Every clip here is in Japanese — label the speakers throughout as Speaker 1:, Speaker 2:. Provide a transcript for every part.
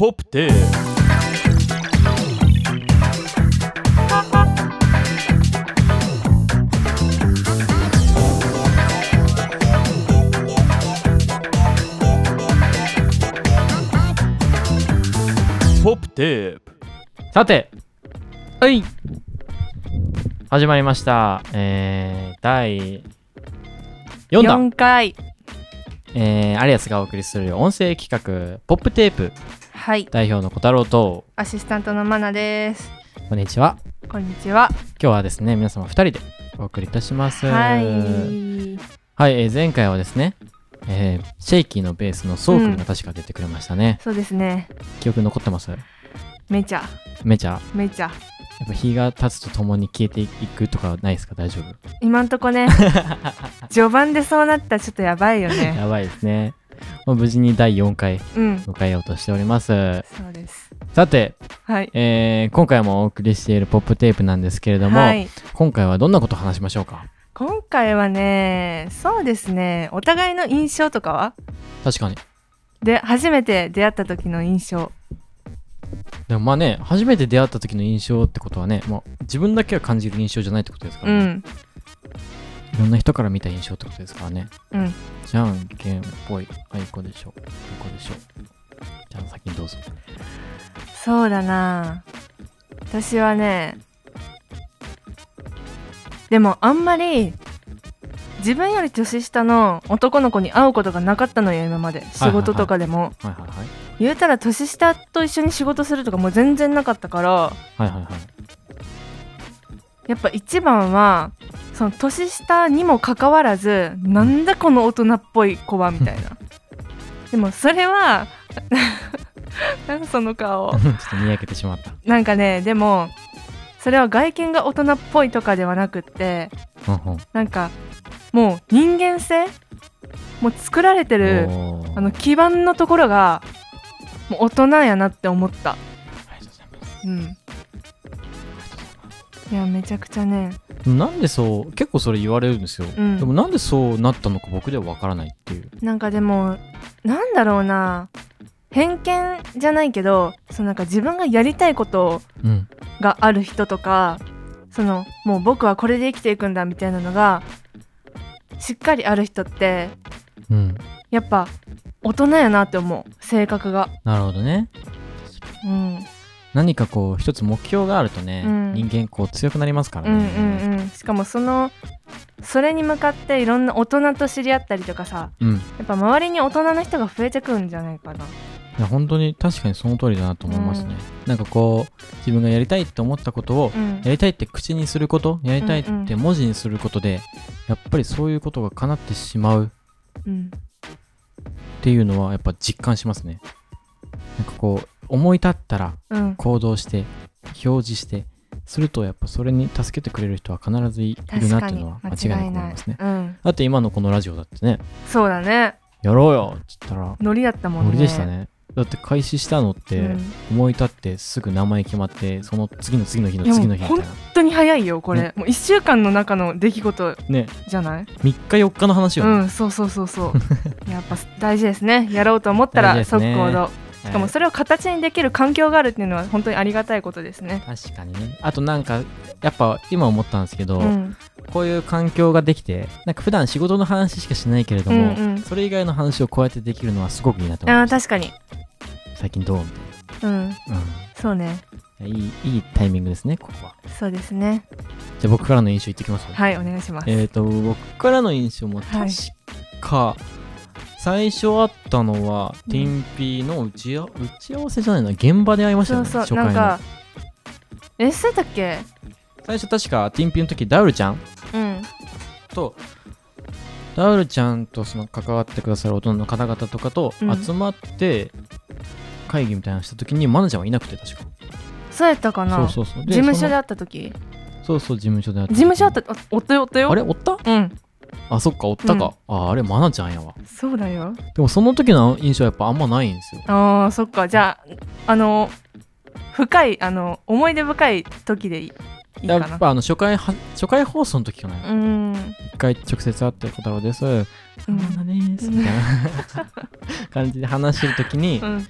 Speaker 1: ポップテポップテープ
Speaker 2: さて、はい。始まりました。えー、第4弾、
Speaker 3: 四回
Speaker 2: えー、アリアスがお送りする音声企画、ポップテープ、
Speaker 3: はい
Speaker 2: 代表の小太郎と、
Speaker 3: アシスタントのマナです
Speaker 2: こんにちは。
Speaker 3: こんにちは
Speaker 2: 今日はですね、皆様2人でお送りいたします。
Speaker 3: はい
Speaker 2: はい、えー前回はですね、えーシェイキーのベースのソークルが確か出てくれましたね。
Speaker 3: そうですね
Speaker 2: 記憶残ってます
Speaker 3: めちゃ
Speaker 2: めちゃ。や
Speaker 3: めちゃ
Speaker 2: っぱ日が経つとともに消えていくとかないですか大丈夫
Speaker 3: 今んと こね序盤でそうなったらちょっとやばいよね
Speaker 2: やばいですね。もう無事に第4回
Speaker 3: うん
Speaker 2: 迎えようとしております。
Speaker 3: そうです
Speaker 2: さて、
Speaker 3: はい
Speaker 2: えー今回もお送りしているポップテープなんですけれども、
Speaker 3: はい
Speaker 2: 今回はどんなことを話しましょうか
Speaker 3: 今回はねそうですねお互いの印象とかは
Speaker 2: 確かに。
Speaker 3: で初めて出会った時の印象
Speaker 2: でもまあね、初めて出会った時の印象ってことはね、もう自分だけが感じる印象じゃないってことですか
Speaker 3: う
Speaker 2: ら、ね
Speaker 3: ん
Speaker 2: いろんな人から見た印象ってことですからね。
Speaker 3: うん
Speaker 2: じゃんけんぽい。あいこでしょ。あいこでしょ。じゃあ先にどうぞ。
Speaker 3: そうだな私はねでもあんまり自分より年下の男の子に会うことがなかったのよ今まで仕事とかでも、
Speaker 2: はいはいはい。
Speaker 3: 言うたら年下と一緒に仕事するとかもう全然なかったから
Speaker 2: はいはいはい。
Speaker 3: やっぱ一番はその年下にもかかわらずなんだこの大人っぽい子はみたいなでもそれは なんかその顔
Speaker 2: ちょっとにやけてしまった。
Speaker 3: なんかねでもそれは外見が大人っぽいとかではなくって
Speaker 2: うんうん。
Speaker 3: なんかもう人間性もう作られてる
Speaker 2: おー
Speaker 3: あの基盤のところがもう大人やなって思った
Speaker 2: ありがとうございます。
Speaker 3: うん
Speaker 2: ありがとうございます。
Speaker 3: いやめちゃくちゃね
Speaker 2: なんでそう結構それ言われるんですよ、
Speaker 3: うん
Speaker 2: でもなんでそうなったのか僕ではわからないっていう
Speaker 3: なんかでもなんだろうな偏見じゃないけどそのなんか自分がやりたいこと
Speaker 2: うん
Speaker 3: がある人とかそのもう僕はこれで生きていくんだみたいなのがしっかりある人って
Speaker 2: うん
Speaker 3: やっぱ大人やなって思う性格が
Speaker 2: なるほどね
Speaker 3: うん、
Speaker 2: 何かこう一つ目標があるとね、
Speaker 3: うん
Speaker 2: 人間こう強くなりますから
Speaker 3: う
Speaker 2: ね、
Speaker 3: んうんうんしかもそのそれに向かっていろんな大人と知り合ったりとかさ
Speaker 2: うんい
Speaker 3: やっぱ周りに大人の人が増えてくんじゃないかな
Speaker 2: や本当に確かにその通りだなと思いますね、なんかこう自分がやりたいって思ったことを、
Speaker 3: うん
Speaker 2: やりたいって口にすることやりたいっ
Speaker 3: うんう
Speaker 2: て文字にすることで、やっぱりそういうことが叶ってしまう
Speaker 3: うん
Speaker 2: っていうのはやっぱ実感しますねなんかこう思い立ったら
Speaker 3: うん
Speaker 2: 行動して表示してするとやっぱそれに助けてくれる人は必ずいる
Speaker 3: 確
Speaker 2: なっ
Speaker 3: か
Speaker 2: ていう
Speaker 3: に
Speaker 2: のは間違い
Speaker 3: 間違
Speaker 2: ないく思い
Speaker 3: な
Speaker 2: ま
Speaker 3: い
Speaker 2: すね
Speaker 3: うん
Speaker 2: だって今のこのラジオだってね
Speaker 3: そうだね
Speaker 2: やろうよって言ったら
Speaker 3: ノリやったもんね
Speaker 2: 無理でしたねだって開始したのっ
Speaker 3: う
Speaker 2: て
Speaker 3: ん本
Speaker 2: 思い立ってすぐ名前決まってその次の次の日の次の日みたい
Speaker 3: い
Speaker 2: な
Speaker 3: 当に早いよこれ、
Speaker 2: ね
Speaker 3: もう1週間の中の出来事
Speaker 2: ね
Speaker 3: じゃない
Speaker 2: 3日4日の話
Speaker 3: う
Speaker 2: よね
Speaker 3: んそうそうそうそう やっぱ大事ですねやろうと思った
Speaker 2: 大事
Speaker 3: ら
Speaker 2: です
Speaker 3: 即
Speaker 2: ね
Speaker 3: 行動
Speaker 2: は
Speaker 3: し
Speaker 2: い
Speaker 3: かもそれを形にできる環境があるっていうのは本当にありがたいことですね
Speaker 2: 確かにねあとなんかやっぱ今思ったんですけど、
Speaker 3: うん
Speaker 2: こういう環境ができてなんか普段仕事の話しかしないけれども、
Speaker 3: うんうん
Speaker 2: それ以外の話をこうやってできるのはすごくいいなと思い
Speaker 3: あ
Speaker 2: ま
Speaker 3: ー
Speaker 2: した
Speaker 3: 確かに
Speaker 2: 最近どうみたい
Speaker 3: う
Speaker 2: な、
Speaker 3: ん
Speaker 2: うん
Speaker 3: そうね
Speaker 2: いいいいタイミングですね、ここは。
Speaker 3: そうですね
Speaker 2: じゃあ僕からの印象言ってきます、
Speaker 3: はいお願いします、
Speaker 2: えっ、と、僕からの印象も
Speaker 3: は
Speaker 2: 確
Speaker 3: い
Speaker 2: か、最初会ったのは、
Speaker 3: うん
Speaker 2: ティンピーの打ちあ打ち合わせじゃないな、現場で会いましたよ
Speaker 3: そう
Speaker 2: ね、
Speaker 3: そう
Speaker 2: 初
Speaker 3: なん
Speaker 2: 回
Speaker 3: か
Speaker 2: の。
Speaker 3: えそうだっけ
Speaker 2: 最初確か、ティンピーの時、ダウルちゃん
Speaker 3: うん
Speaker 2: と、ダウルちゃんとその関わってくださる大人の方々とかと
Speaker 3: うん
Speaker 2: 集まって、会議みたいなのした時に、マナちゃんはいなくて、確か。
Speaker 3: そうやったかな
Speaker 2: そうそうそう。
Speaker 3: 事務所で
Speaker 2: で
Speaker 3: 会った時
Speaker 2: そのそうそう、事務所で会っ
Speaker 3: 事務所
Speaker 2: て
Speaker 3: だったあおったよおったよ
Speaker 2: あれおった
Speaker 3: うん
Speaker 2: あ、そっか、おったか。あ、あれ、マナちゃんやわ。
Speaker 3: そうだよ
Speaker 2: でもその時の印象はやっぱあんまないんですよ。
Speaker 3: あーそっかじゃああの深いあの思い出深い時でいいいい
Speaker 2: や
Speaker 3: かな
Speaker 2: っぱあの初回は初回放送の時かな、
Speaker 3: うん、
Speaker 2: 一回直接会って小太郎です、うん、
Speaker 3: うん
Speaker 2: だねーすみたい な感じで話してる時に、
Speaker 3: うん、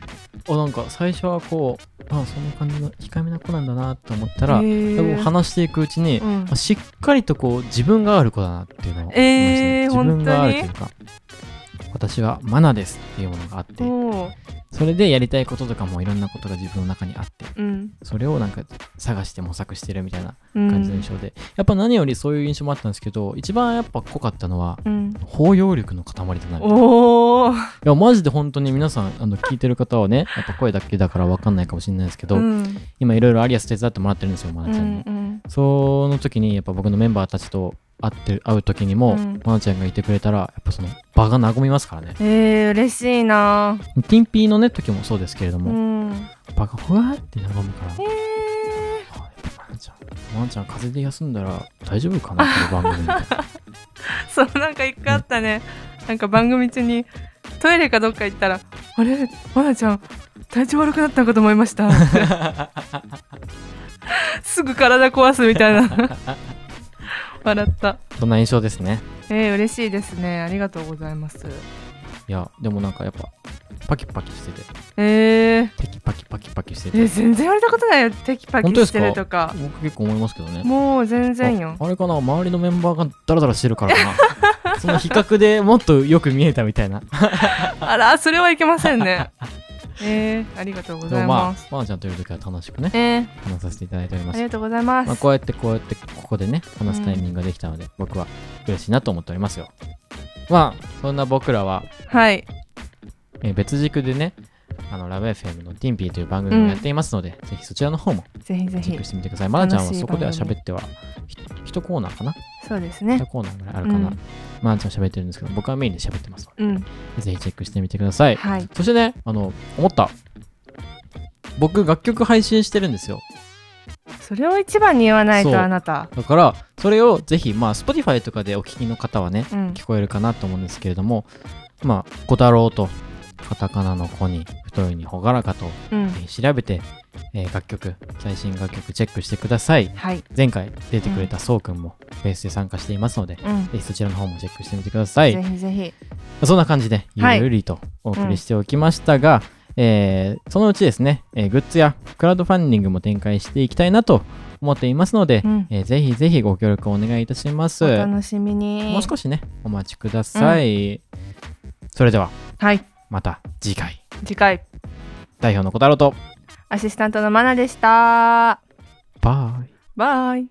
Speaker 2: おなんか最初はこうあそんな感じの控えめな子なんだなと思ったら、
Speaker 3: へー
Speaker 2: でも話していくうちに、
Speaker 3: うん
Speaker 2: あしっかりとこう自分がある子だなっていうのを思いましたね、
Speaker 3: えー
Speaker 2: 自分があるとい
Speaker 3: 本
Speaker 2: うか私はマナですっていうものがあって
Speaker 3: おー
Speaker 2: それでやりたいこととかもいろんなことが自分の中にあって
Speaker 3: うん
Speaker 2: それをなんか探して模索してるみたいな
Speaker 3: うん
Speaker 2: 感じの印象で、やっぱ何よりそういう印象もあったんですけど一番やっぱ濃かったのは
Speaker 3: うん
Speaker 2: 包容力の塊だなみたいない
Speaker 3: おお
Speaker 2: やマジで本当に皆さんあの聞いてる方はねやっぱ声だけだから分かんないかもしれないですけど、
Speaker 3: うん
Speaker 2: 今いろいろアリアス手伝ってもらってるんですよマ
Speaker 3: う
Speaker 2: ナちゃんに、
Speaker 3: ん
Speaker 2: その時にやっぱ僕のメンバーたちと会って会う時にも、
Speaker 3: うん
Speaker 2: マナちゃんがいてくれたらやっぱその場が和みますからね
Speaker 3: えー、嬉しいな
Speaker 2: ティンピーのね時もそうですけれど
Speaker 3: う
Speaker 2: も、
Speaker 3: ん
Speaker 2: 場がふわーって和むから、
Speaker 3: えー
Speaker 2: あやっぱマナちゃんマナちゃん風邪で休んだら大丈夫かなこの番組みたいな
Speaker 3: そうなんか一回あったねなんか番組中にトイレかどっか行ったら「あれ愛菜ちゃん体調悪くなったのかと思いま した」ってすぐ体壊すみたいな笑った
Speaker 2: そんな印象ですね
Speaker 3: えー、嬉しいですねありがとうございます
Speaker 2: いやでもなんかやっぱパキパキしてて
Speaker 3: えー、
Speaker 2: テキパキパキパキして
Speaker 3: え
Speaker 2: て
Speaker 3: 全然言われたことないよテキパキ
Speaker 2: 本当です
Speaker 3: し
Speaker 2: か
Speaker 3: てるとか
Speaker 2: 僕結構思いますけどね
Speaker 3: もう全然よ
Speaker 2: ああれかな周りのメンバーがダラダラしてるからか なその比較でもっとよく見えたみたいな
Speaker 3: あらそれはいけませ んねえー、ありがとうご
Speaker 2: で
Speaker 3: ざ
Speaker 2: も
Speaker 3: い
Speaker 2: まあ
Speaker 3: ます、
Speaker 2: まなちゃんといる時は楽しくね、
Speaker 3: えー、
Speaker 2: 話させていただいておりま
Speaker 3: あ
Speaker 2: す
Speaker 3: り。がとうございます、
Speaker 2: まあ、こうやってこうやってここでね、話すタイミングができたので、僕は嬉しいなと思っておりますよ。まあ、そんな僕らは、
Speaker 3: はい
Speaker 2: えー別軸でね、あの、ラブ FM のティンピーという番組をやっていますので、ぜひそちらの方も
Speaker 3: ぜひぜ
Speaker 2: チェ
Speaker 3: ひ
Speaker 2: ックしてみてください。まなちゃんは
Speaker 3: 楽しい
Speaker 2: そこでは
Speaker 3: 番組
Speaker 2: 喋っては、ひ一コーナーかな
Speaker 3: そうです
Speaker 2: 一
Speaker 3: ね
Speaker 2: コーナーぐらいあるかな。
Speaker 3: うん
Speaker 2: まなちゃんは喋ってるんですけど、僕はメインで喋ってますの
Speaker 3: うん
Speaker 2: で、ぜひチェックしてみてください。
Speaker 3: はい
Speaker 2: そしてね、あの、思った。僕、楽曲配信してるんですよ。
Speaker 3: それを一番に言わない
Speaker 2: そう
Speaker 3: とあなた
Speaker 2: だからそれをぜひまあ Spotify とかでお聞きの方はね
Speaker 3: うん
Speaker 2: 聞こえるかなと思うんですけれどもまあ「小太郎」とカタカナの「子」に太いに「朗らかと」
Speaker 3: うん
Speaker 2: えー調べて、えー楽曲最新楽曲チェックしてください
Speaker 3: はい
Speaker 2: 前回出てくれたそうくんもベースで参加していますので、
Speaker 3: うん
Speaker 2: ぜひそちらの方もチェックしてみてください
Speaker 3: ぜひぜひ
Speaker 2: そんな感じでゆ
Speaker 3: はい
Speaker 2: るりとお送りしておきましたが、えーそのうちですね、えーグッズやクラウドファンディングも展開していきたいなと思っていますので、
Speaker 3: うん
Speaker 2: えーぜひぜひご協力をお願いいたします。
Speaker 3: お
Speaker 2: も
Speaker 3: 楽しみに
Speaker 2: う少しね、お待ちください。それでは、
Speaker 3: はい
Speaker 2: また次回。
Speaker 3: 次回
Speaker 2: 代表の小太郎と、
Speaker 3: アシスタントのマナでした
Speaker 2: バイ。
Speaker 3: バイ